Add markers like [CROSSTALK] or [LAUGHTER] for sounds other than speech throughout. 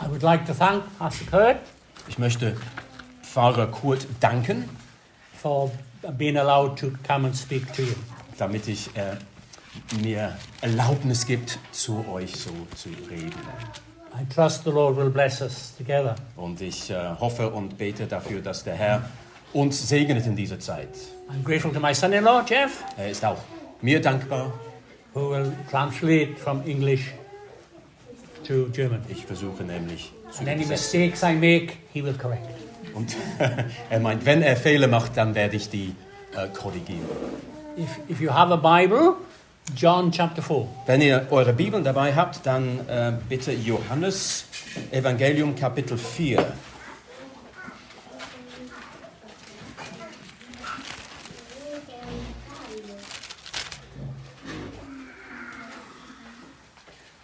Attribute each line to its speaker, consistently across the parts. Speaker 1: I would like to thank Pastor Kurt
Speaker 2: Ich möchte Pfarrer Kurt danken,
Speaker 1: for being allowed to come and speak to you.
Speaker 2: damit ich äh, mir Erlaubnis gibt, zu euch so zu reden.
Speaker 1: I trust the Lord will bless us together.
Speaker 2: Und ich äh, hoffe und bete dafür, dass der Herr uns segnet in dieser Zeit.
Speaker 1: I'm grateful to my son in law, Jeff,
Speaker 2: Er ist auch mir dankbar.
Speaker 1: who will translate from English to German.
Speaker 2: Ich versuche nämlich zu
Speaker 1: And any
Speaker 2: übersetzen.
Speaker 1: mistakes I make, he will correct.
Speaker 2: Und [LAUGHS] er meint, wenn er Fehler macht, dann werde ich die äh, korrigieren.
Speaker 1: If, if you have a Bible, John chapter 4.
Speaker 2: Wenn ihr eure Bibeln dabei habt, dann äh, bitte Johannes Evangelium Kapitel 4.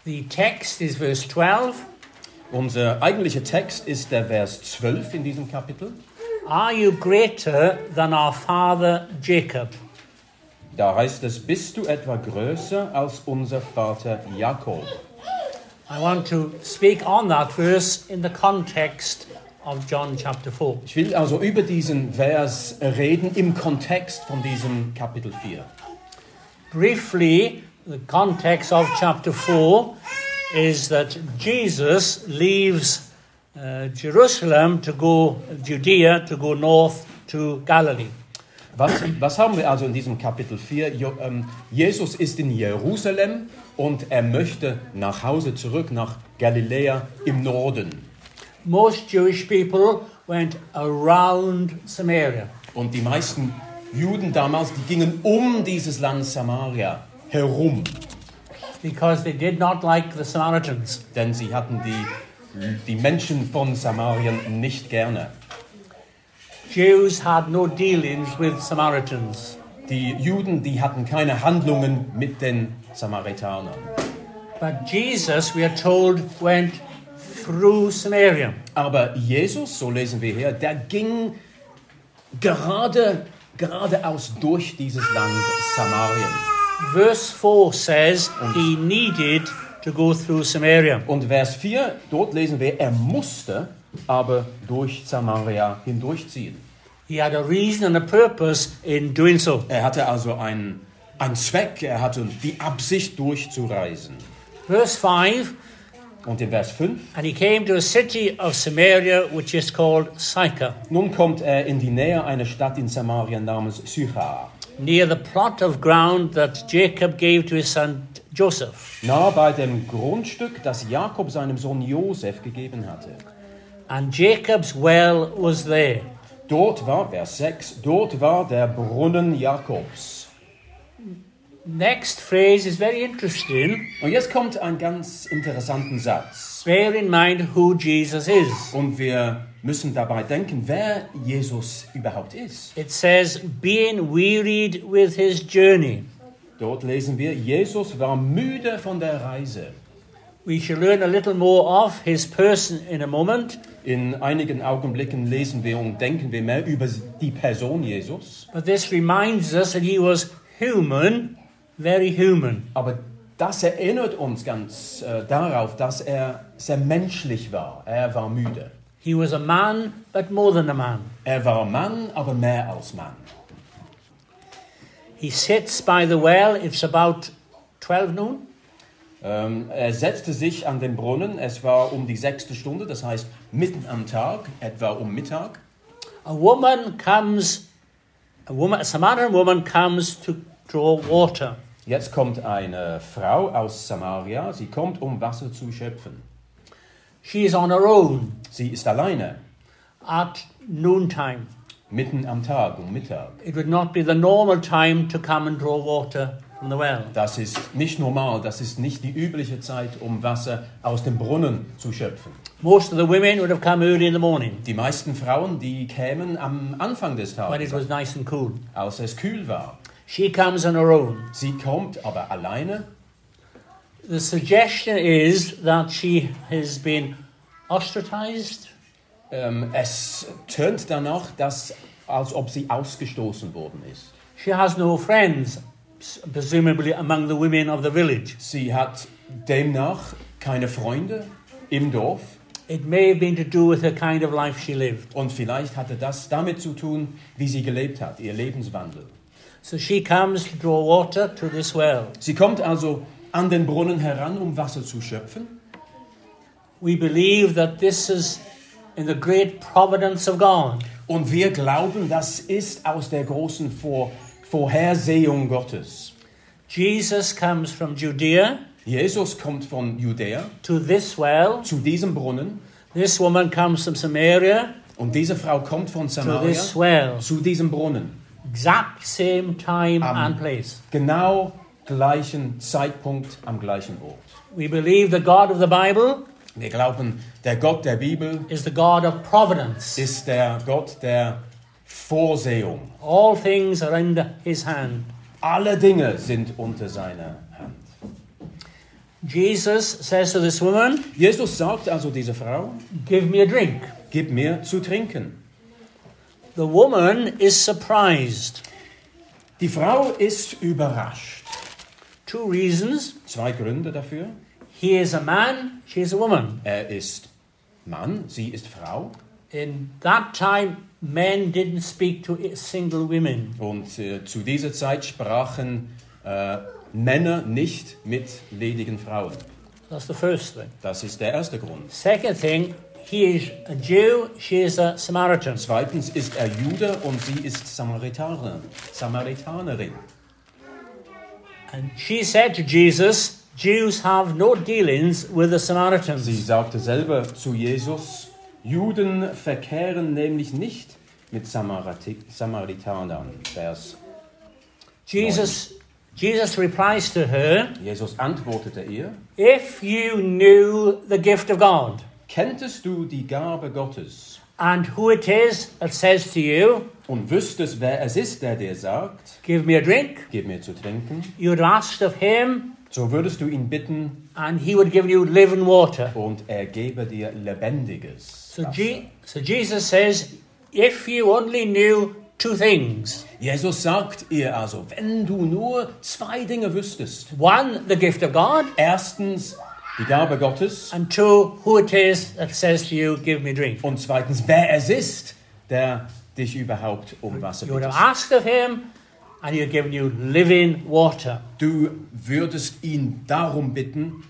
Speaker 1: The text is verse 12.
Speaker 2: Unser eigentlicher Text ist der Vers 12 in diesem Kapitel.
Speaker 1: Are you greater than our father Jacob?
Speaker 2: Da heißt es, bist du etwa größer als unser Vater Jakob?
Speaker 1: I want to speak on that verse in the context of John chapter 4.
Speaker 2: Ich will also über diesen Vers reden im Kontext von diesem Kapitel 4.
Speaker 1: Briefly, the context of chapter 4 is that Jesus leaves uh, Jerusalem to go, Judea, to go north to Galilee.
Speaker 2: Was, was haben wir also in diesem Kapitel 4? Jo, ähm, Jesus ist in Jerusalem und er möchte nach Hause zurück, nach Galiläa im Norden.
Speaker 1: Most Jewish people went around Samaria.
Speaker 2: Und die meisten Juden damals, die gingen um dieses Land Samaria herum,
Speaker 1: because they did not like the Samaritans.
Speaker 2: denn sie hatten die, die Menschen von Samarien nicht gerne.
Speaker 1: Jews had no dealings with Samaritans.
Speaker 2: Die Juden, die hatten keine Handlungen mit den Samaritanern.
Speaker 1: But Jesus, we are told, went through Samaria.
Speaker 2: Aber Jesus, so lesen wir hier, der ging gerade, geradeaus durch dieses Land Samarien.
Speaker 1: Verse 4 says he needed to go through Samaria.
Speaker 2: Und Vers 4, dort lesen wir, er musste aber durch Samaria hindurchziehen.
Speaker 1: He had a reason and a purpose in doing so.
Speaker 2: Er hatte also einen, einen Zweck, er hatte die Absicht durchzureisen.
Speaker 1: Verse 5
Speaker 2: Und in Vers 5,
Speaker 1: And he came to a city of Samaria which is called Sychar,
Speaker 2: nun kommt er in die Nähe einer Stadt in Samarien namens Sychar,
Speaker 1: near the plot of ground that Jacob gave to his son Joseph.
Speaker 2: nahe bei dem Grundstück, das Jakob seinem Sohn Josef gegeben hatte.
Speaker 1: And Jacob's well was there.
Speaker 2: Dort war, Vers 6, dort war der Brunnen Jakobs.
Speaker 1: Next phrase is very interesting.
Speaker 2: Und jetzt kommt ein ganz interessanten Satz.
Speaker 1: Bear in mind who Jesus is.
Speaker 2: Und wir müssen dabei denken, wer Jesus überhaupt ist.
Speaker 1: It says, being wearied with his journey.
Speaker 2: Dort lesen wir, Jesus war müde von der Reise.
Speaker 1: We shall learn a little more of his person in a moment,
Speaker 2: In einigen Augenblicken lesen wir und denken wir mehr über die Person Jesus.
Speaker 1: but this reminds us that he was human, very human.
Speaker 2: Aber das erinnert uns ganz äh, darauf, dass er sehr menschlich war. Er war müde.
Speaker 1: He was a man, but more than a man.
Speaker 2: Er war Mann, aber mehr als Mann.
Speaker 1: He sits by the well, it's about 12 noon,
Speaker 2: Ähm, er setzte sich an den Brunnen. Es war um die sechste Stunde, das heißt mitten am Tag, etwa um Mittag.
Speaker 1: a woman comes, a woman, a Samaritan woman comes to draw water.
Speaker 2: Jetzt kommt eine Frau aus Samaria. Sie kommt, um Wasser zu schöpfen.
Speaker 1: She is on her own
Speaker 2: Sie ist alleine,
Speaker 1: at noontime.
Speaker 2: mitten am Tag, um Mittag.
Speaker 1: It would not be the normal time to come and draw water from the well.
Speaker 2: Das ist nicht normal, das ist nicht die übliche Zeit, um Wasser aus dem Brunnen zu schöpfen.
Speaker 1: Most of the women would have come early in the morning
Speaker 2: Die meisten Frauen, die kämen am Anfang des
Speaker 1: when it
Speaker 2: Tages,
Speaker 1: was nice and cool.
Speaker 2: als es kühl war.
Speaker 1: She comes on her own.
Speaker 2: Sie kommt aber alleine.
Speaker 1: The suggestion is that she has been ostracized,
Speaker 2: Ähm, es tönt danach, dass, als ob sie ausgestoßen worden ist.
Speaker 1: she has no friends, s- presumably among the women of the village.
Speaker 2: Sie hat demnach keine Freunde im Dorf.
Speaker 1: It may have been to do with the kind of life she lived.
Speaker 2: Und vielleicht hatte das damit zu tun, wie sie gelebt hat, ihr Lebenswandel.
Speaker 1: So she comes to draw water to this well.
Speaker 2: Sie kommt also an den Brunnen heran, um Wasser zu schöpfen.
Speaker 1: We believe that this is in the great providence of God.
Speaker 2: Und wir glauben, das ist aus der großen Vor Vorhersehung Gottes.
Speaker 1: Jesus comes from Judea
Speaker 2: Jesus kommt von Judäa
Speaker 1: to this well.
Speaker 2: zu diesem Brunnen
Speaker 1: This woman comes from Samaria
Speaker 2: und diese Frau kommt von
Speaker 1: to
Speaker 2: Samaria
Speaker 1: this well.
Speaker 2: zu diesem Brunnen.
Speaker 1: Exact same time
Speaker 2: Am-
Speaker 1: and place.
Speaker 2: Genau gleichen Zeitpunkt am gleichen Ort.
Speaker 1: We believe the God of the Bible
Speaker 2: Wir glauben, der Gott der Bibel
Speaker 1: is the God of providence.
Speaker 2: ist der Gott der Vorsehung.
Speaker 1: All things are under his hand.
Speaker 2: Alle Dinge sind unter seiner Hand.
Speaker 1: Jesus says to this woman,
Speaker 2: Jesus sagt also dieser Frau,
Speaker 1: Give me a drink.
Speaker 2: gib mir zu trinken.
Speaker 1: The woman is surprised.
Speaker 2: Die Frau ist überrascht.
Speaker 1: Two reasons.
Speaker 2: Zwei Gründe dafür.
Speaker 1: He is a man, she is a woman.
Speaker 2: Er ist Mann, sie ist Frau.
Speaker 1: In that time, men didn't speak to i- single women.
Speaker 2: Und äh, zu dieser Zeit sprachen äh, Männer nicht mit ledigen Frauen.
Speaker 1: That's the first thing.
Speaker 2: Das ist der erste Grund.
Speaker 1: Second thing, he is a Jew, she is a Samaritan.
Speaker 2: Zweitens ist er Jude und sie ist Samaritaner, Samaritanerin.
Speaker 1: And she said to Jesus, Jews have no dealings with the Samaritans.
Speaker 2: Sie sagte selber zu Jesus, Juden verkehren nämlich nicht mit Samarati Samaritanern. Vers.
Speaker 1: Jesus, Jesus replies to her,
Speaker 2: Jesus antwortete ihr,
Speaker 1: If you knew the gift of God
Speaker 2: kenntest du die Gabe Gottes
Speaker 1: and who it is that says to you,
Speaker 2: und wüsstest, wer es ist, der dir sagt,
Speaker 1: Give me a drink,
Speaker 2: gib mir zu trinken,
Speaker 1: you would ask of him,
Speaker 2: so würdest du ihn bitten,
Speaker 1: and he would give you living water.
Speaker 2: und er gebe dir lebendiges.
Speaker 1: So,
Speaker 2: Wasser.
Speaker 1: Je- so Jesus says, If you only knew two things
Speaker 2: Jesus sagt ihr also, wenn du nur zwei Dinge wüsstest.
Speaker 1: one, the gift of God,
Speaker 2: Erstens die Gabe Gottes
Speaker 1: and two, who it is that says to you, Give me drink.
Speaker 2: und zweitens, wer es ist, der dich überhaupt um Wasser
Speaker 1: You would have
Speaker 2: bittet.
Speaker 1: asked of him, and he'd given you living water.
Speaker 2: Du würdest ihn darum bitten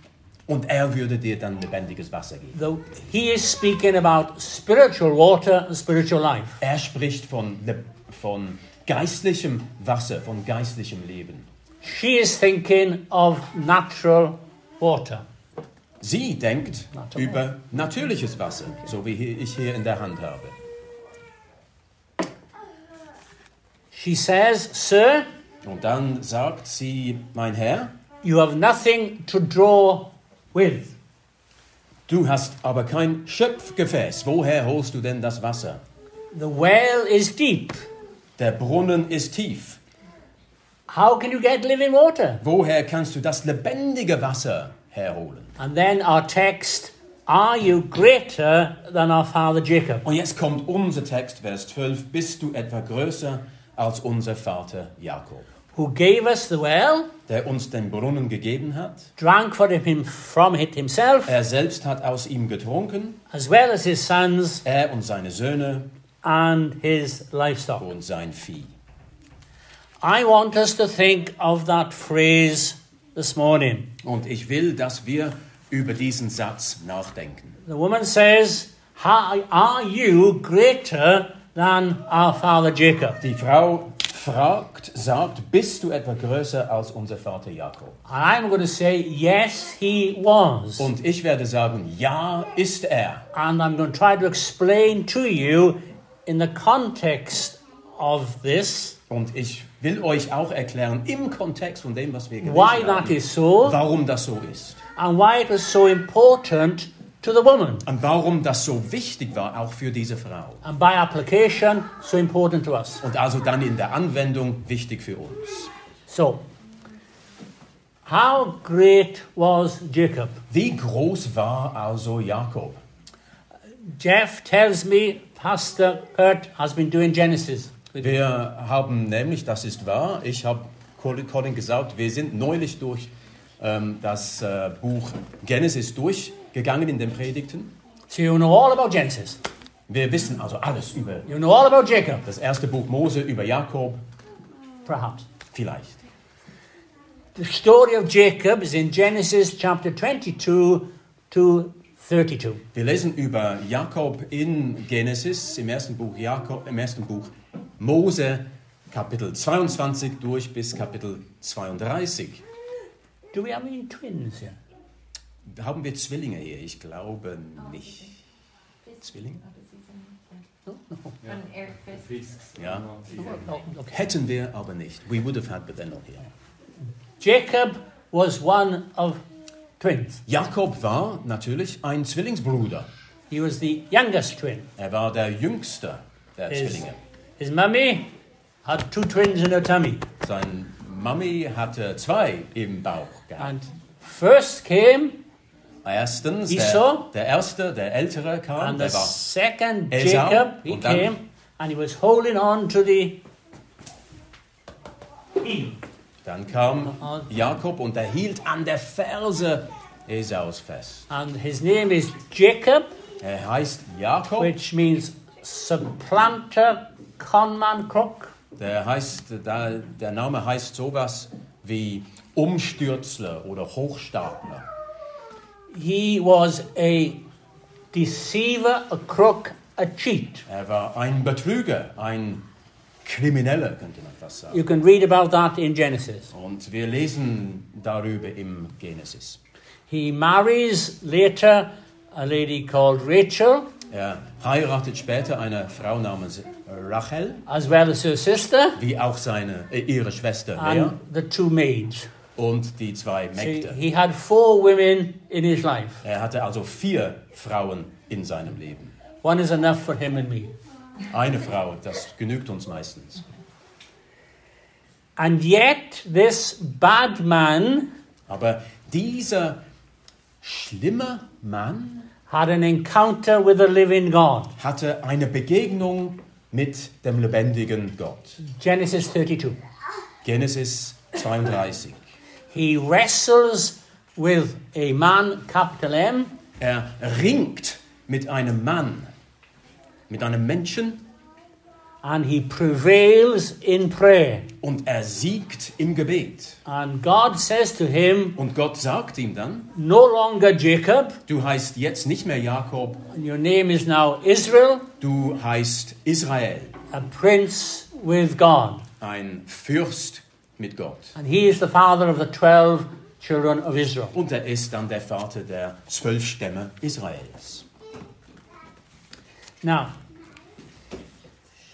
Speaker 2: und er würde dir dann lebendiges Wasser geben.
Speaker 1: Though he is speaking about spiritual water and spiritual life.
Speaker 2: Er spricht von, le- von geistlichem Wasser, von geistlichem Leben.
Speaker 1: She is thinking of natural water.
Speaker 2: Sie denkt
Speaker 1: Natürlich.
Speaker 2: über natürliches Wasser, so wie hier- ich hier in der Hand habe.
Speaker 1: She says, Sir,
Speaker 2: Und dann sagt sie, mein Herr,
Speaker 1: you have nothing to draw with.
Speaker 2: du hast aber kein Schöpfgefäß. Woher holst du denn das Wasser?
Speaker 1: The well is deep.
Speaker 2: Der Brunnen ist tief.
Speaker 1: How can you get living water?
Speaker 2: Woher kannst du das lebendige Wasser herholen?
Speaker 1: And then our text, Are you greater than our father Jacob?
Speaker 2: Und jetzt kommt unser Text, Vers 12. Bist du etwa größer als unser Vater Jakob,
Speaker 1: Who gave us the well,
Speaker 2: der uns den Brunnen gegeben hat?
Speaker 1: drank for him from it himself,
Speaker 2: Er selbst hat aus ihm getrunken,
Speaker 1: as well as his sons
Speaker 2: er und seine Söhne
Speaker 1: and his livestock.
Speaker 2: und sein Vieh.
Speaker 1: I want us to think of that phrase this morning.
Speaker 2: Und ich will, dass wir über diesen Satz nachdenken.
Speaker 1: The woman says, "Hi- Are you greater than our father Jacob?
Speaker 2: Die Frau fragt, sagt, bist du etwa größer als unser Vater Jakob?
Speaker 1: And I'm going to say, Yes, he was.
Speaker 2: Und ich werde sagen, ja ist er.
Speaker 1: And I'm going to try to explain to you in the context of this
Speaker 2: Und ich will euch auch erklären, im Kontext von dem, was wir gelesen
Speaker 1: why that
Speaker 2: haben,
Speaker 1: is so
Speaker 2: warum das so ist.
Speaker 1: and why it was so important to the woman.
Speaker 2: Und warum das so wichtig war, auch für diese Frau.
Speaker 1: And by application, so important to us.
Speaker 2: Und also dann in der Anwendung wichtig für uns.
Speaker 1: So, how great was Jacob?
Speaker 2: Wie groß war also Jakob?
Speaker 1: Jeff tells me Pastor Kurt has been doing Genesis.
Speaker 2: Wir haben nämlich, das ist wahr, ich habe Colin Colin gesagt, wir sind neulich durch ähm, das äh, Buch Genesis durchgegangen in den Predigten.
Speaker 1: So you know all about Genesis.
Speaker 2: Wir wissen also alles über
Speaker 1: You know all about Jacob,
Speaker 2: das erste Buch Mose, über Jakob,
Speaker 1: perhaps.
Speaker 2: vielleicht.
Speaker 1: The story of Jacob is in Genesis chapter 22 to 32.
Speaker 2: Wir lesen über Jakob in Genesis, im ersten Buch, Jakob, im ersten Buch Mose, Kapitel 22 durch bis Kapitel 32.
Speaker 1: Do we have any twins here?
Speaker 2: Haben wir Zwillinge hier? Ich glaube nicht. Zwillinge?
Speaker 3: Von Eric Fisk.
Speaker 2: Ja.
Speaker 1: Oh, okay.
Speaker 2: Hätten wir aber nicht. We would have had, but they're not here.
Speaker 1: Jacob was one of twins.
Speaker 2: Jakob war natürlich ein Zwillingsbruder.
Speaker 1: He was the youngest twin.
Speaker 2: Er war der jüngste der
Speaker 1: His,
Speaker 2: Zwillinge.
Speaker 1: his mummy had two twins in her tummy.
Speaker 2: Sein Mami hatte zwei im Bauch gehabt.
Speaker 1: And first came,
Speaker 2: Erstens, der,
Speaker 1: Esau.
Speaker 2: der erste, der ältere kam,
Speaker 1: and the
Speaker 2: der war
Speaker 1: second
Speaker 2: Esau,
Speaker 1: Jacob, he
Speaker 2: und dann-
Speaker 1: came, and he was holding on to the heel.
Speaker 2: Dann kam
Speaker 1: Aha.
Speaker 2: Jakob und er hielt an der Ferse Esaus fest.
Speaker 1: And his name is Jacob,
Speaker 2: Er heißt Jakob,
Speaker 1: which means supplanter, conman, crook.
Speaker 2: der, heißt, der, der Name heißt sowas wie Umstürzler oder Hochstapler.
Speaker 1: He was a deceiver, a crook, a cheat.
Speaker 2: Er war ein Betrüger, ein Krimineller, könnte man fast sagen.
Speaker 1: You can read about that in Genesis.
Speaker 2: Und wir lesen darüber im Genesis.
Speaker 1: He marries later a lady called Rachel,
Speaker 2: Er heiratet später eine Frau namens Rachel,
Speaker 1: as well as her sister,
Speaker 2: wie auch seine, äh, ihre Schwester
Speaker 1: and
Speaker 2: Lea
Speaker 1: the two maids.
Speaker 2: und die zwei
Speaker 1: He,
Speaker 2: Mägde.
Speaker 1: he had four women in his life.
Speaker 2: Er hatte also vier Frauen in seinem Leben.
Speaker 1: One is enough for him and me.
Speaker 2: Eine Frau, das genügt uns meistens.
Speaker 1: And yet, this bad man
Speaker 2: Aber dieser schlimme Mann
Speaker 1: had an encounter with the living God.
Speaker 2: hatte eine Begegnung mit dem lebendigen Gott.
Speaker 1: Genesis 32.
Speaker 2: Genesis 32.
Speaker 1: He wrestles with a man, capital M,
Speaker 2: Er ringt mit einem Mann, mit einem Menschen
Speaker 1: and he prevails in prayer.
Speaker 2: und er siegt im Gebet.
Speaker 1: And God says to him,
Speaker 2: Und Gott sagt ihm dann,
Speaker 1: No longer Jacob,
Speaker 2: du heißt jetzt nicht mehr Jakob,
Speaker 1: and your name is now Israel,
Speaker 2: du heißt Israel,
Speaker 1: a prince with God.
Speaker 2: ein Fürst mit Gott.
Speaker 1: And he is the father of the 12 children of Israel.
Speaker 2: Und er ist dann der Vater der zwölf Stämme Israels.
Speaker 1: Now,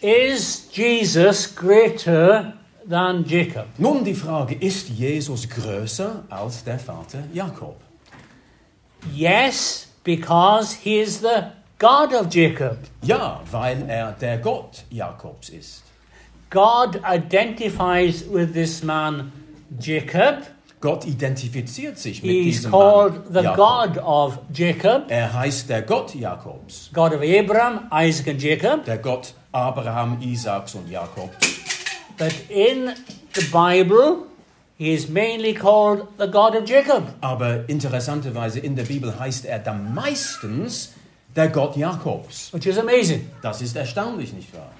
Speaker 1: is Jesus greater than Jacob?
Speaker 2: Nun die Frage, ist Jesus größer als der Vater Jakob?
Speaker 1: Yes, because he is the God of Jacob.
Speaker 2: Ja, weil er der Gott Jakobs ist.
Speaker 1: God identifies with this man, Jacob.
Speaker 2: Gott identifiziert sich mit
Speaker 1: He is
Speaker 2: diesem Mann
Speaker 1: called the
Speaker 2: Jakob.
Speaker 1: God of Jacob,
Speaker 2: Er heißt der Gott Jakobs,
Speaker 1: God of Abraham, Isaac, and Jacob.
Speaker 2: der Gott Abraham, Isaaks und Jakobs.
Speaker 1: But in the Bible, he is mainly called the God of Jacob.
Speaker 2: Aber interessanterweise in der Bibel heißt er dann meistens der Gott Jakobs.
Speaker 1: which is amazing.
Speaker 2: Das ist erstaunlich, nicht wahr?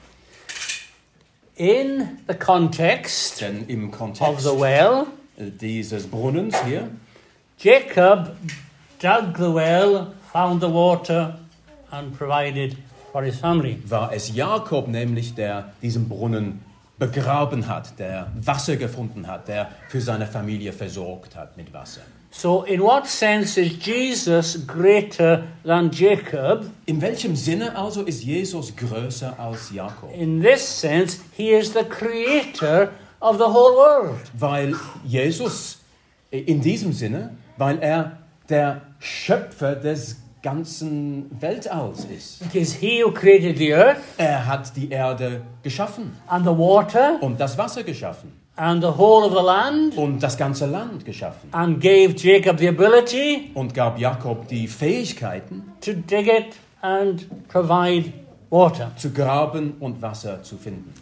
Speaker 1: In the context
Speaker 2: Denn im Kontext
Speaker 1: of the well,
Speaker 2: dieses Brunnens hier
Speaker 1: Jacob dug the well, found the water, and provided for his family.
Speaker 2: war es Jakob nämlich, der diesen Brunnen begraben hat, der Wasser gefunden hat, der für seine Familie versorgt hat mit Wasser.
Speaker 1: So, in what sense is Jesus greater than Jacob?
Speaker 2: In welchem Sinne also ist Jesus größer als Jakob?
Speaker 1: In this sense, he is the creator of the whole world.
Speaker 2: Weil Jesus in diesem Sinne, weil er der Schöpfer des ganzen Weltalls ist.
Speaker 1: It is he who created the earth
Speaker 2: Er hat die Erde geschaffen
Speaker 1: and the water
Speaker 2: und das Wasser geschaffen
Speaker 1: and the whole of the land
Speaker 2: und das ganze Land geschaffen
Speaker 1: and gave Jacob the ability
Speaker 2: und gab Jakob die Fähigkeiten,
Speaker 1: to dig it and provide water.
Speaker 2: zu graben und Wasser zu finden.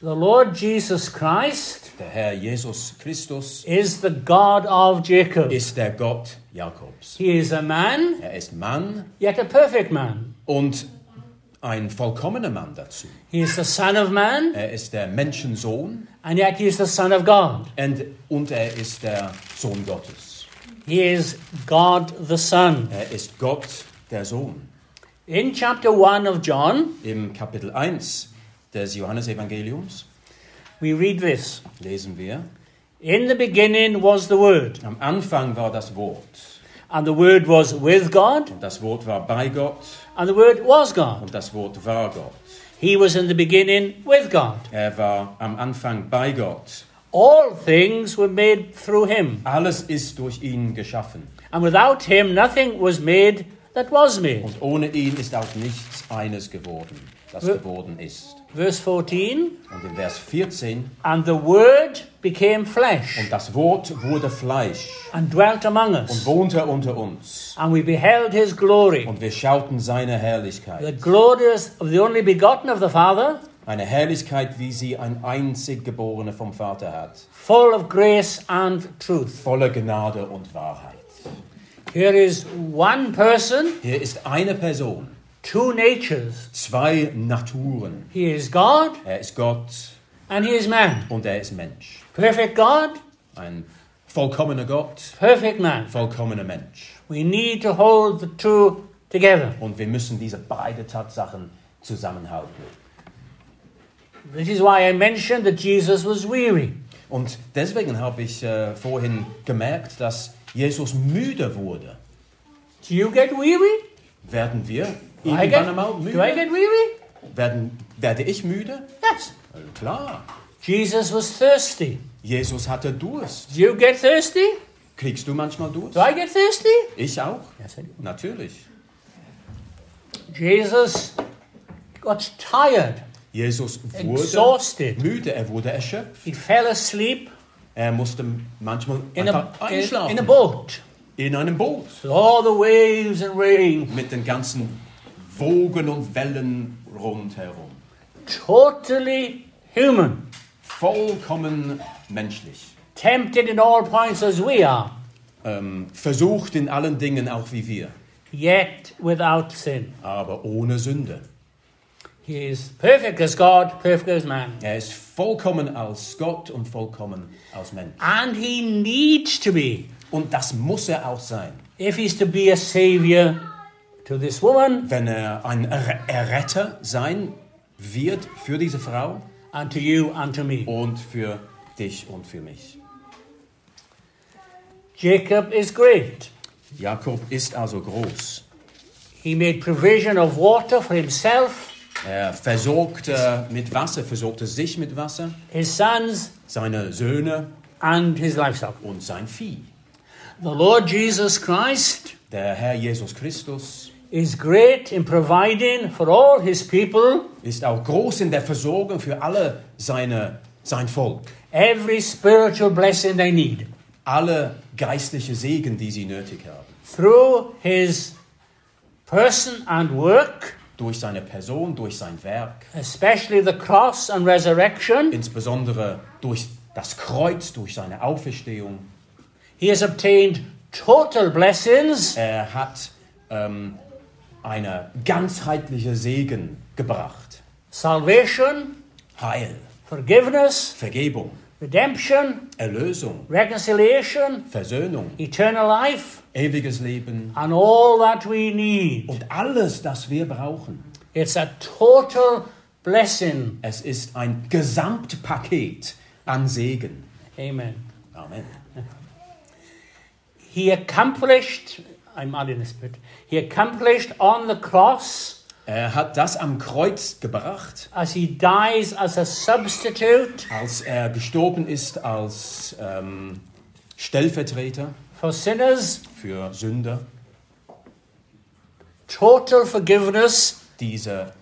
Speaker 1: The Lord Jesus Christ
Speaker 2: Der Herr Jesus Christus
Speaker 1: is the God of Jacob.
Speaker 2: ist der Gott Jakobs.
Speaker 1: He is a man,
Speaker 2: Er ist Mann
Speaker 1: yet a perfect man.
Speaker 2: und ein vollkommener Mann dazu.
Speaker 1: He is the Son of Man,
Speaker 2: Er ist der Menschensohn
Speaker 1: and yet he is the Son of God.
Speaker 2: und, und er ist der Sohn Gottes.
Speaker 1: He is God the Son.
Speaker 2: Er ist Gott, der Sohn.
Speaker 1: In chapter 1 of John,
Speaker 2: Im Kapitel 1 des Johannesevangeliums
Speaker 1: we read this
Speaker 2: lesen wir,
Speaker 1: In the beginning was the Word,
Speaker 2: am Anfang war das Wort.
Speaker 1: and the Word was with God,
Speaker 2: Und das Wort war bei Gott
Speaker 1: and the Word was God.
Speaker 2: und das Wort war Gott.
Speaker 1: He was in the beginning with God.
Speaker 2: Er war am Anfang bei Gott.
Speaker 1: All things were made through him,
Speaker 2: Alles ist durch ihn geschaffen.
Speaker 1: and without him nothing was made that was made.
Speaker 2: Und ohne ihn ist auch nichts eines geworden, das
Speaker 1: Ja.
Speaker 2: geworden ist.
Speaker 1: Verse 14
Speaker 2: Und in Vers 14,
Speaker 1: And the Word became flesh
Speaker 2: und das Wort wurde Fleisch
Speaker 1: and dwelt among
Speaker 2: und
Speaker 1: us,
Speaker 2: wohnte unter uns.
Speaker 1: and we beheld his glory,
Speaker 2: Und wir schauten seine
Speaker 1: the
Speaker 2: Herrlichkeit.
Speaker 1: glorious of the only begotten of the Father,
Speaker 2: Eine Herrlichkeit, wie sie ein einzig Geborener vom Vater hat.
Speaker 1: full of grace and truth.
Speaker 2: Voller Gnade und Wahrheit.
Speaker 1: Here is one person,
Speaker 2: Hier ist eine Person,
Speaker 1: two natures.
Speaker 2: zwei Naturen.
Speaker 1: He is God
Speaker 2: Er ist Gott
Speaker 1: and he is man.
Speaker 2: und er ist Mensch.
Speaker 1: Perfect God,
Speaker 2: Ein vollkommener Gott,
Speaker 1: perfect man.
Speaker 2: vollkommener Mensch.
Speaker 1: We need to hold the two together.
Speaker 2: Und wir müssen diese beiden Tatsachen zusammenhalten.
Speaker 1: This is why I mentioned that Jesus was weary.
Speaker 2: Und deswegen habe ich äh, vorhin gemerkt, dass Jesus müde wurde.
Speaker 1: Do you get weary?
Speaker 2: Werden wir
Speaker 1: Do I get,
Speaker 2: irgendwann einmal
Speaker 1: do I
Speaker 2: müde?
Speaker 1: get weary?
Speaker 2: Werden, werde ich müde?
Speaker 1: Yes.
Speaker 2: Also klar.
Speaker 1: Jesus was thirsty.
Speaker 2: Jesus hatte Durst.
Speaker 1: Do you get thirsty?
Speaker 2: Kriegst du manchmal Durst?
Speaker 1: Do I get thirsty?
Speaker 2: Ich auch.
Speaker 1: Yes, I do.
Speaker 2: Natürlich.
Speaker 1: Jesus got tired,
Speaker 2: Jesus wurde
Speaker 1: exhausted.
Speaker 2: müde, er wurde erschöpft.
Speaker 1: He fell asleep
Speaker 2: Er musste manchmal
Speaker 1: in a,
Speaker 2: einfach
Speaker 1: in, in a
Speaker 2: einschlafen.
Speaker 1: boat
Speaker 2: In einem Boot.
Speaker 1: with all the waves and rain.
Speaker 2: Mit den ganzen Wogen und Wellen rundherum.
Speaker 1: Totally human.
Speaker 2: Vollkommen menschlich.
Speaker 1: Tempted in all points as we are,
Speaker 2: ähm, versucht in allen Dingen auch wie wir,
Speaker 1: yet without sin.
Speaker 2: aber ohne Sünde.
Speaker 1: He is perfect as God, perfect as man.
Speaker 2: Er ist vollkommen als Gott und vollkommen als Mensch.
Speaker 1: And he needs to be
Speaker 2: Und das muss er auch sein,
Speaker 1: if he's to be a savior to this woman
Speaker 2: wenn er ein Er- Erretter sein wird für diese Frau
Speaker 1: and to you and to me.
Speaker 2: und für dich und für mich.
Speaker 1: Jacob is great.
Speaker 2: Jakob ist also groß.
Speaker 1: He made provision of water for himself,
Speaker 2: Er versorgte mit Wasser, versorgte sich mit Wasser,
Speaker 1: his sons,
Speaker 2: seine Söhne
Speaker 1: and his livestock.
Speaker 2: und sein Vieh.
Speaker 1: The Lord Jesus Christ
Speaker 2: Der Herr Jesus Christus
Speaker 1: is great in providing for all his people
Speaker 2: ist auch groß in der Versorgung für alle seine, sein Volk.
Speaker 1: every spiritual blessing they need
Speaker 2: Alle geistliche Segen, die sie nötig haben.
Speaker 1: through his person and work,
Speaker 2: Durch seine Person, durch sein Werk,
Speaker 1: especially the cross and resurrection.
Speaker 2: insbesondere durch das Kreuz, durch seine Auferstehung.
Speaker 1: He has obtained total blessings
Speaker 2: Er hat ähm, eine ganzheitliche Segen gebracht.
Speaker 1: salvation,
Speaker 2: Heil,
Speaker 1: forgiveness,
Speaker 2: Vergebung,
Speaker 1: redemption,
Speaker 2: Erlösung,
Speaker 1: reconciliation,
Speaker 2: Versöhnung,
Speaker 1: eternal life,
Speaker 2: ewiges Leben
Speaker 1: and all that we need.
Speaker 2: und alles, das wir brauchen.
Speaker 1: It's a total blessing.
Speaker 2: Es ist ein Gesamtpaket an Segen.
Speaker 1: Amen.
Speaker 2: Amen.
Speaker 1: He accomplished, I'm out in the spirit, he accomplished on the cross
Speaker 2: Er hat das am Kreuz gebracht,
Speaker 1: as he dies as a substitute
Speaker 2: als er gestorben ist als ähm, Stellvertreter
Speaker 1: for sinners,
Speaker 2: für Sünder.
Speaker 1: total forgiveness
Speaker 2: Diese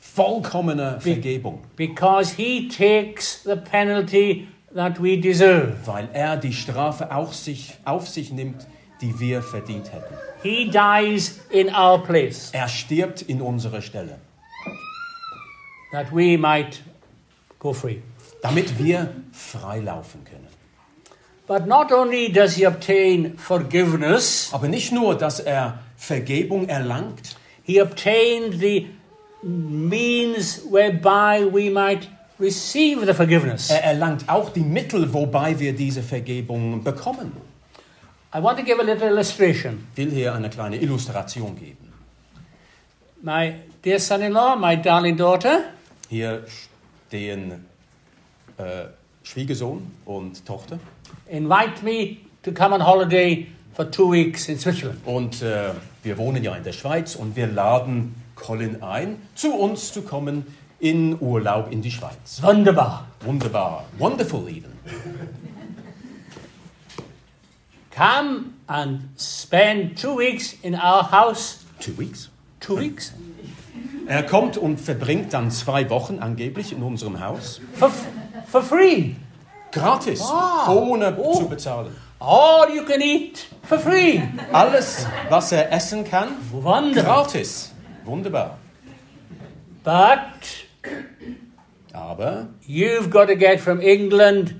Speaker 2: vollkommene Vergebung,
Speaker 1: because he takes the penalty that we deserve.
Speaker 2: weil er die Strafe auch sich, auf sich nimmt, die wir verdient hätten.
Speaker 1: He dies in our place
Speaker 2: Er stirbt in unserer Stelle,
Speaker 1: that we might go free.
Speaker 2: damit wir freilaufen können.
Speaker 1: But not only does he obtain forgiveness,
Speaker 2: Aber nicht nur, dass er Vergebung erlangt,
Speaker 1: he obtained the means whereby we might receive the forgiveness.
Speaker 2: er erlangt auch die Mittel, wobei wir diese Vergebung bekommen.
Speaker 1: I want to give a little illustration.
Speaker 2: Ich will hier eine kleine Illustration geben.
Speaker 1: My dear son in law, my darling daughter,
Speaker 2: Hier stehen äh, Schwiegersohn und Tochter.
Speaker 1: invite me to come on holiday for two weeks in Switzerland.
Speaker 2: Und äh, wir wohnen ja in der Schweiz und wir laden Colin ein, zu uns zu kommen in Urlaub in die Schweiz.
Speaker 1: Wunderbar.
Speaker 2: Wunderbar. Wonderful even.
Speaker 1: Come and spend two weeks in our house.
Speaker 2: Two weeks.
Speaker 1: Two weeks?
Speaker 2: Er kommt und verbringt dann zwei Wochen angeblich in unserem Haus.
Speaker 1: For, f- for free.
Speaker 2: Gratis. Ohne zu bezahlen.
Speaker 1: All you can eat for free.
Speaker 2: Alles, was er essen kann,
Speaker 1: Wunderbar.
Speaker 2: gratis. Wunderbar.
Speaker 1: But
Speaker 2: Aber,
Speaker 1: you've got to get from England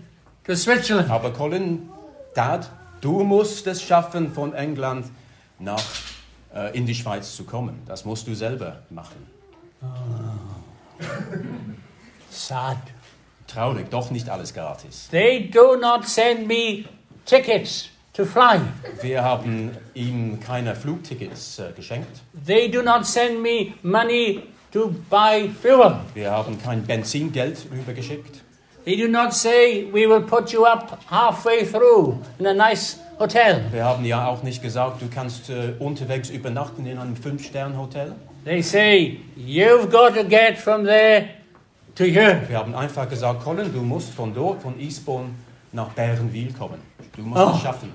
Speaker 1: to Switzerland.
Speaker 2: aber Colin, Dad, du musst es schaffen, von England nach äh, in die Schweiz zu kommen. Das musst du selber machen.
Speaker 1: Sad.
Speaker 2: Traurig, doch nicht alles gratis.
Speaker 1: They do not send me tickets to fly.
Speaker 2: Wir haben ihm keine Flugtickets äh, geschenkt.
Speaker 1: They do not send me money to buy fuel.
Speaker 2: Wir haben kein Benzingeld rübergeschickt.
Speaker 1: They do not say, we will put you up halfway through in a nice hotel.
Speaker 2: Wir haben ja auch nicht gesagt, du kannst äh, unterwegs übernachten in einem Fünf-Sterne-Hotel.
Speaker 1: They say, you've got to get from there to here.
Speaker 2: Wir haben einfach gesagt, Colin, du musst von dort, von Eastbourne nach Bärenwil kommen. Du musst
Speaker 1: Oh.
Speaker 2: es schaffen.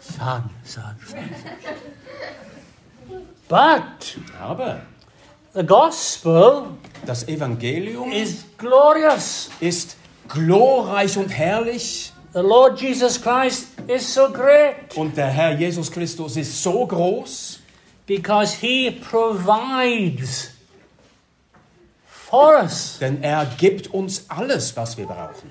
Speaker 1: Sad, sad, sad. But
Speaker 2: Aber
Speaker 1: the gospel
Speaker 2: das Evangelium
Speaker 1: is glorious.
Speaker 2: ist glorreich und herrlich
Speaker 1: The Lord Jesus Christ is so great
Speaker 2: und der Herr Jesus Christus ist so groß,
Speaker 1: because he provides for us.
Speaker 2: denn er gibt uns alles, was wir brauchen.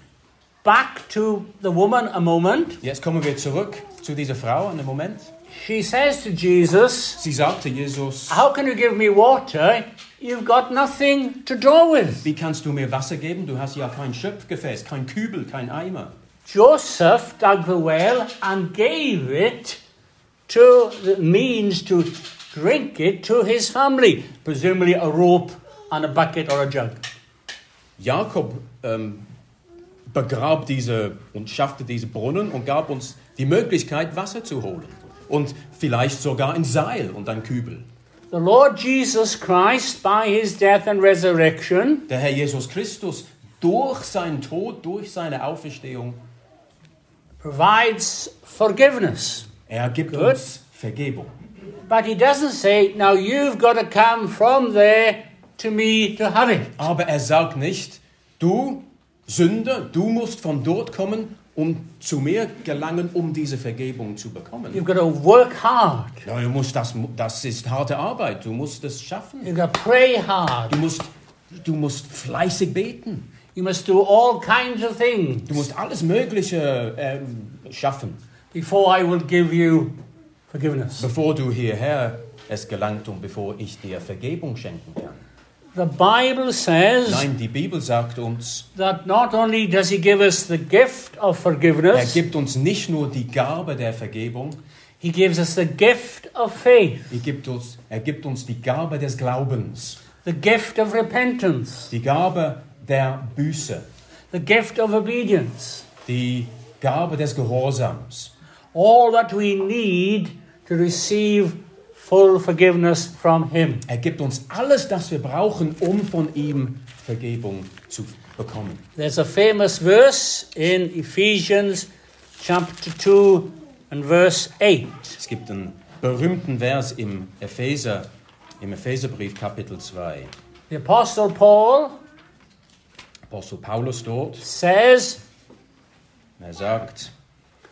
Speaker 1: Back to the woman a moment.
Speaker 2: Jetzt kommen wir zurück zu dieser Frau einen Moment.
Speaker 1: She says to Jesus,
Speaker 2: Sie sagte Jesus,
Speaker 1: How can you give me water? You've got nothing to draw with.
Speaker 2: wie kannst du mir Wasser geben? Du hast ja kein Schöpfgefäß, kein Kübel, kein Eimer.
Speaker 1: Joseph dug the well and gave it to the means to drink it to his family, presumably a rope and a bucket or a jug.
Speaker 2: Jakob ähm, begrab diese und schaffte diese Brunnen und gab uns die Möglichkeit, Wasser zu holen. Und vielleicht sogar ein Seil und ein Kübel.
Speaker 1: The Lord Jesus Christ, by his death and resurrection,
Speaker 2: Der Herr Jesus Christus durch seinen Tod, durch seine Auferstehung,
Speaker 1: provides forgiveness.
Speaker 2: er gibt
Speaker 1: Gut.
Speaker 2: uns Vergebung.
Speaker 1: But he doesn't say, now you've got to come from there to me to have it.
Speaker 2: Aber er sagt nicht, du Sünder, du musst von dort kommen, um zu mir gelangen, um diese Vergebung zu bekommen.
Speaker 1: You've got to work hard.
Speaker 2: Ja, du musst das, das ist harte Arbeit, du musst es schaffen.
Speaker 1: You've got to pray hard.
Speaker 2: Du musst, du musst fleißig beten.
Speaker 1: You must do all kinds of things
Speaker 2: Du musst alles Mögliche ähm, schaffen,
Speaker 1: before I will give you forgiveness.
Speaker 2: bevor du hierher es gelangt und bevor ich dir Vergebung schenken kann.
Speaker 1: The Bible says
Speaker 2: Nein, die Bibel sagt uns,
Speaker 1: that not only does he give us the gift of
Speaker 2: er
Speaker 1: forgiveness,
Speaker 2: gibt uns nicht nur die Gabe der Vergebung,
Speaker 1: he gives us the gift of faith,
Speaker 2: er gibt uns, er gibt uns die Gabe des Glaubens,
Speaker 1: the gift of repentance,
Speaker 2: die Gabe der Büße,
Speaker 1: the gift of obedience.
Speaker 2: die Gabe des Gehorsams.
Speaker 1: all that we need to receive full forgiveness from Him.
Speaker 2: Er gibt uns alles, das wir brauchen, um von ihm Vergebung zu bekommen.
Speaker 1: There's a famous verse in Ephesians chapter 2 and verse 8.
Speaker 2: Es gibt einen berühmten Vers im Epheser, im Epheserbrief Kapitel 2.
Speaker 1: The Apostle Paul
Speaker 2: Apostel Paulus dort,
Speaker 1: says,
Speaker 2: er sagt,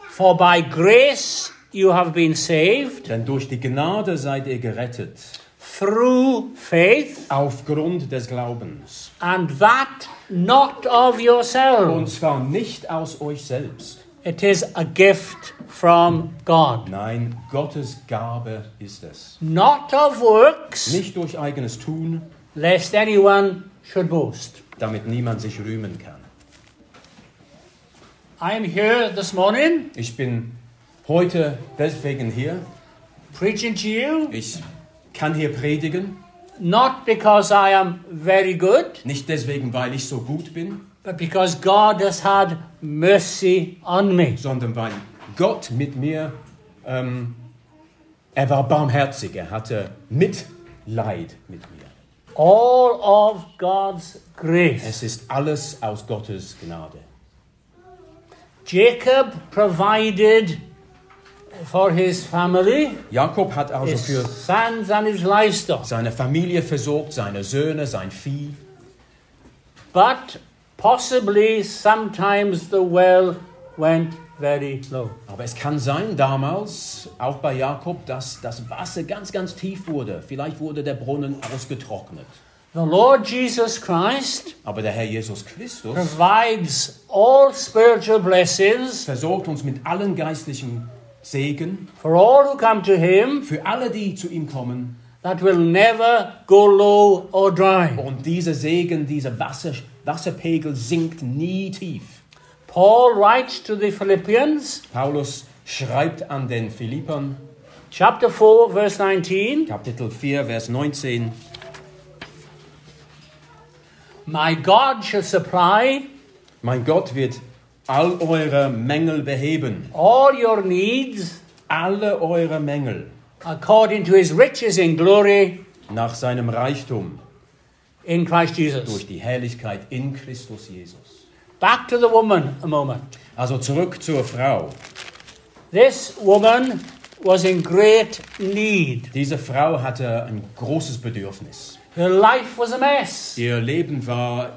Speaker 1: For by grace you have been saved
Speaker 2: denn durch die Gnade seid ihr gerettet,
Speaker 1: through faith,
Speaker 2: aufgrund des Glaubens.
Speaker 1: and that not of yourselves.
Speaker 2: Und zwar nicht aus euch selbst.
Speaker 1: It is a gift from God,
Speaker 2: Nein, Gottes Gabe ist es.
Speaker 1: not of works,
Speaker 2: Nicht durch eigenes Tun,
Speaker 1: lest anyone should boast.
Speaker 2: damit niemand sich rühmen kann.
Speaker 1: I'm here this morning
Speaker 2: Ich bin heute deswegen hier.
Speaker 1: preaching to you,
Speaker 2: Ich kann hier predigen.
Speaker 1: not because I am very good,
Speaker 2: Nicht deswegen, weil ich so gut bin,
Speaker 1: but because God has had mercy on me.
Speaker 2: sondern weil Gott mit mir, ähm, er war barmherzig, er hatte Mitleid mit mir.
Speaker 1: All of God's grace.
Speaker 2: Es ist alles aus Gottes Gnade.
Speaker 1: Jacob provided for his family,
Speaker 2: Jakob hat also
Speaker 1: his
Speaker 2: für
Speaker 1: sons, and his livestock.
Speaker 2: seine Familie versorgt, seine Söhne, sein Vieh.
Speaker 1: But possibly sometimes the well went very low.
Speaker 2: Aber es kann sein, damals, auch bei Jakob, dass das Wasser ganz, ganz tief wurde. Vielleicht wurde der Brunnen ausgetrocknet.
Speaker 1: The Lord Jesus Christ
Speaker 2: Aber der Herr Jesus Christus
Speaker 1: provides all spiritual blessings
Speaker 2: versorgt uns mit allen geistlichen Segen
Speaker 1: for all who come to him
Speaker 2: für alle, die zu ihm kommen.
Speaker 1: that will never go low or dry.
Speaker 2: Und dieser Segen, dieser Wasser, Wasserpegel sinkt nie tief.
Speaker 1: Paul writes to the Philippians,
Speaker 2: Paulus schreibt an den Philippern,
Speaker 1: chapter 4, verse 19
Speaker 2: Kapitel 4, Vers 19,
Speaker 1: My God shall supply
Speaker 2: Mein Gott wird all eure Mängel beheben.
Speaker 1: all your needs
Speaker 2: Alle eure Mängel
Speaker 1: according to his riches in glory
Speaker 2: nach seinem Reichtum
Speaker 1: in Christ Jesus.
Speaker 2: durch die Herrlichkeit in Christus Jesus.
Speaker 1: Back to the woman a moment.
Speaker 2: Also zurück zur Frau.
Speaker 1: This woman was in great need.
Speaker 2: Diese Frau hatte ein großes Bedürfnis.
Speaker 1: Her life was a mess.
Speaker 2: Ihr Leben war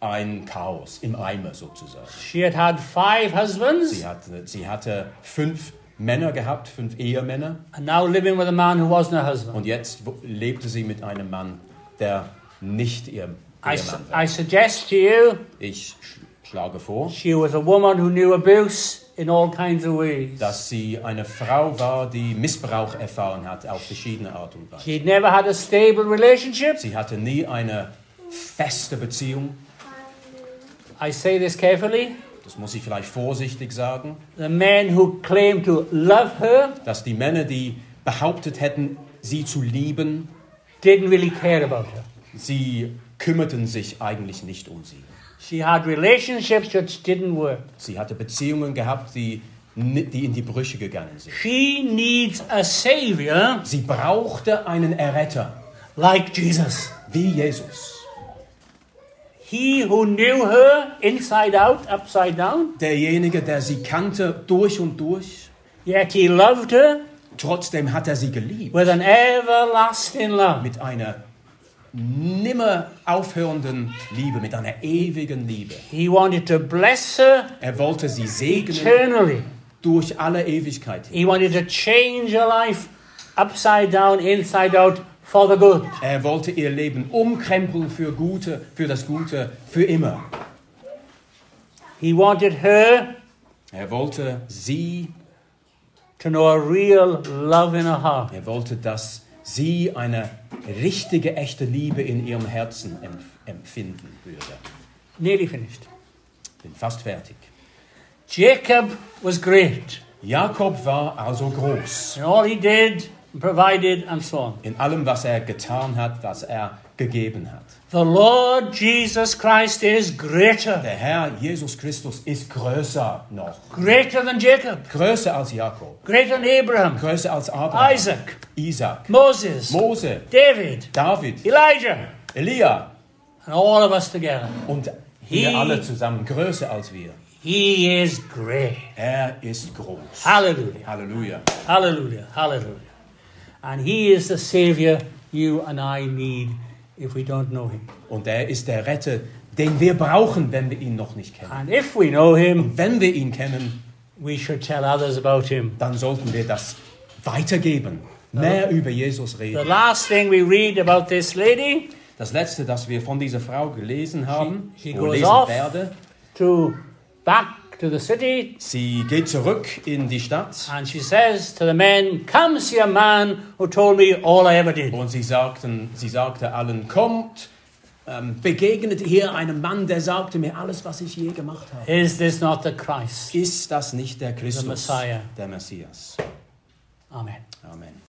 Speaker 2: ein Chaos im Eimer sozusagen.
Speaker 1: She had had five husbands
Speaker 2: Sie hatte, sie hatte fünf Männer gehabt, fünf Ehemänner,
Speaker 1: and now living with a man who wasn't her husband.
Speaker 2: und jetzt wo- lebte sie mit einem Mann, der nicht ihr
Speaker 1: I, su-
Speaker 2: Ehemann war.
Speaker 1: I suggest to you
Speaker 2: Ich sch- schlage vor,
Speaker 1: she was a woman who knew abuse in all kinds of ways.
Speaker 2: dass sie eine Frau war, die Missbrauch erfahren hat auf verschiedene Art und Weise.
Speaker 1: She'd never had a stable relationship.
Speaker 2: Sie hatte nie eine feste Beziehung,
Speaker 1: I say this carefully.
Speaker 2: das muss ich vielleicht vorsichtig sagen,
Speaker 1: The men who claim to love her
Speaker 2: dass die Männer, die behauptet hätten, sie zu lieben,
Speaker 1: didn't really care about her.
Speaker 2: sie kümmerten sich eigentlich nicht um sie.
Speaker 1: She had relationships which didn't work.
Speaker 2: Sie hatte Beziehungen gehabt, die, ni- die in die Brüche gegangen sind.
Speaker 1: She needs a savior
Speaker 2: Sie brauchte einen Erretter,
Speaker 1: like Jesus.
Speaker 2: wie Jesus,
Speaker 1: He who knew her inside out, upside down,
Speaker 2: derjenige, der sie kannte durch und durch.
Speaker 1: yet he loved her
Speaker 2: Trotzdem hat er sie geliebt.
Speaker 1: with an everlasting love.
Speaker 2: mit einer nimmer aufhörenden Liebe, mit einer ewigen Liebe.
Speaker 1: He wanted to bless her
Speaker 2: Er wollte sie segnen
Speaker 1: eternally.
Speaker 2: durch alle Ewigkeit hin.
Speaker 1: He wanted to change her life upside down, inside out, for the good.
Speaker 2: Er wollte ihr Leben umkrempeln für Gute, für das Gute, für immer.
Speaker 1: He wanted her
Speaker 2: Er wollte sie,
Speaker 1: to know a real love in her heart.
Speaker 2: er wollte, dass sie eine richtige, echte Liebe in ihrem Herzen empf- empfinden würde.
Speaker 1: Nearly finished.
Speaker 2: Bin fast fertig.
Speaker 1: Jacob was great
Speaker 2: Jakob war also groß
Speaker 1: in all he did, and provided, and so on.
Speaker 2: in allem, was er getan hat, was er gegeben hat.
Speaker 1: The Lord Jesus Christ is greater,
Speaker 2: Der Herr Jesus Christus ist größer noch.
Speaker 1: greater than Jacob,
Speaker 2: Größer als Jakob.
Speaker 1: greater than Abraham,
Speaker 2: Größer als Abraham.
Speaker 1: Isaac,
Speaker 2: Isaac.
Speaker 1: Moses,
Speaker 2: Mose.
Speaker 1: David,
Speaker 2: David.
Speaker 1: Elijah,
Speaker 2: Elia.
Speaker 1: and all of us together.
Speaker 2: Und wir
Speaker 1: He-
Speaker 2: alle zusammen. Größer als wir.
Speaker 1: He is great.
Speaker 2: Er ist groß.
Speaker 1: Hallelujah,
Speaker 2: Halleluja.
Speaker 1: hallelujah, hallelujah. And He is the Savior you and I need if we don't know Him.
Speaker 2: Und er ist der Retter, den wir brauchen, wenn wir ihn noch nicht kennen.
Speaker 1: And if we know Him,
Speaker 2: Wenn wir ihn kennen,
Speaker 1: we should tell others about Him.
Speaker 2: dann sollten wir das weitergeben.
Speaker 1: Also-
Speaker 2: Mehr über Jesus
Speaker 1: The
Speaker 2: reden.
Speaker 1: last thing we read about this lady
Speaker 2: Das letzte, das wir von dieser Frau gelesen haben,
Speaker 1: She- she
Speaker 2: oder
Speaker 1: goes
Speaker 2: lesen
Speaker 1: off.
Speaker 2: werde,
Speaker 1: to back to the city
Speaker 2: Sie geht zurück in die Stadt
Speaker 1: and she says to the men, Come see a man who told me all I ever did.
Speaker 2: und sie, sagten, sie sagte allen, kommt, ähm, begegnet hier einem Mann, der sagte mir alles, was ich je gemacht habe.
Speaker 1: Is this not the Christ?
Speaker 2: Ist das nicht der Christus,
Speaker 1: Messiah.
Speaker 2: der Messias?
Speaker 1: Amen.
Speaker 2: Amen.